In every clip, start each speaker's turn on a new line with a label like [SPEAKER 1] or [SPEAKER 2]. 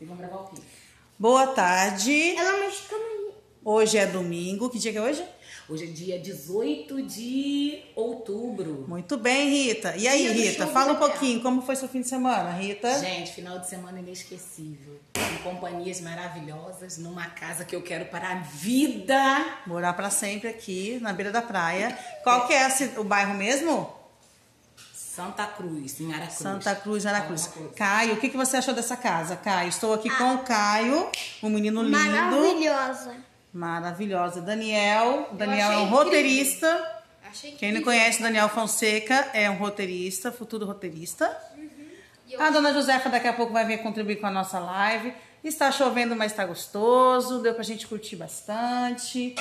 [SPEAKER 1] E vamos gravar o quê?
[SPEAKER 2] Boa tarde.
[SPEAKER 3] Ela mexe com a mãe.
[SPEAKER 2] Hoje é domingo. Que dia que é hoje?
[SPEAKER 1] Hoje é dia 18 de outubro.
[SPEAKER 2] Muito bem, Rita. E aí,
[SPEAKER 3] Dia do
[SPEAKER 2] Rita,
[SPEAKER 3] show
[SPEAKER 2] fala um
[SPEAKER 3] do Raquel.
[SPEAKER 2] pouquinho. Como foi seu fim de semana, Rita?
[SPEAKER 1] Gente, final de semana inesquecível. Com companhias maravilhosas, numa casa que eu quero para a vida.
[SPEAKER 2] Morar pra sempre aqui, na beira da praia. Qual que é a ci- o bairro mesmo?
[SPEAKER 1] Santa Cruz, em Aracruz.
[SPEAKER 2] Santa Cruz, Aracruz.
[SPEAKER 1] Santa Cruz.
[SPEAKER 2] Caio, o que, que você achou dessa casa, Caio? Estou aqui com
[SPEAKER 3] Ah.
[SPEAKER 2] o Caio, um menino lindo.
[SPEAKER 3] Maravilhosa.
[SPEAKER 2] Maravilhosa. Daniel. O Daniel é
[SPEAKER 3] achei
[SPEAKER 2] um
[SPEAKER 3] incrível.
[SPEAKER 2] roteirista.
[SPEAKER 3] Achei
[SPEAKER 2] Quem não conhece o Daniel Fonseca é um roteirista, futuro roteirista.
[SPEAKER 3] Uhum. E eu
[SPEAKER 2] A dona Josefa daqui a pouco vai vir contribuir com a nossa live. Está chovendo, mas está gostoso. Deu pra gente curtir bastante.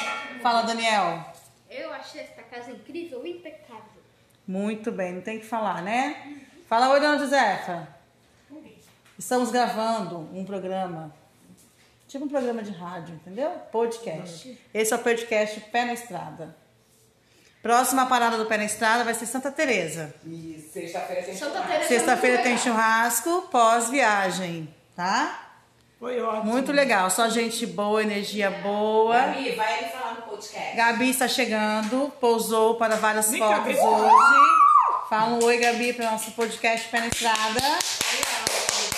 [SPEAKER 2] Fala, Daniel.
[SPEAKER 3] Eu achei esta casa incrível, impecável.
[SPEAKER 2] Muito bem, não tem o que falar, né? Fala oi, dona Josefa. Estamos gravando um programa, tipo um programa de rádio, entendeu?
[SPEAKER 3] Uhum.
[SPEAKER 2] Podcast. Esse é o podcast Pé na Estrada. Próxima parada do Pé na Estrada vai ser Santa Teresa.
[SPEAKER 1] E sexta-feira tem
[SPEAKER 3] Santa
[SPEAKER 1] churrasco.
[SPEAKER 3] Teresa é
[SPEAKER 2] Sexta-feira
[SPEAKER 3] muito
[SPEAKER 2] tem
[SPEAKER 3] legal.
[SPEAKER 2] churrasco pós-viagem, tá?
[SPEAKER 4] Foi ótimo.
[SPEAKER 2] Muito legal, só gente boa, energia boa.
[SPEAKER 1] Gabi, vai ele falar no podcast.
[SPEAKER 2] Gabi está chegando, pousou para várias
[SPEAKER 4] Vem cá,
[SPEAKER 2] fotos
[SPEAKER 4] Gabi.
[SPEAKER 2] hoje. Fala um oi, Gabi, para o nosso podcast Pé na Estrada.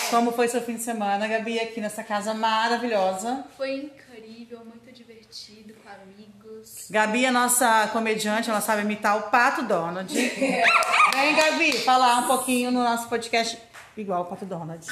[SPEAKER 2] Como foi seu fim de semana, Gabi, aqui nessa casa maravilhosa?
[SPEAKER 5] Foi incrível, muito divertido, com amigos.
[SPEAKER 2] Gabi é nossa comediante, ela sabe imitar o Pato Donald. Vem, Gabi, falar um pouquinho no nosso podcast, igual o Pato Donald.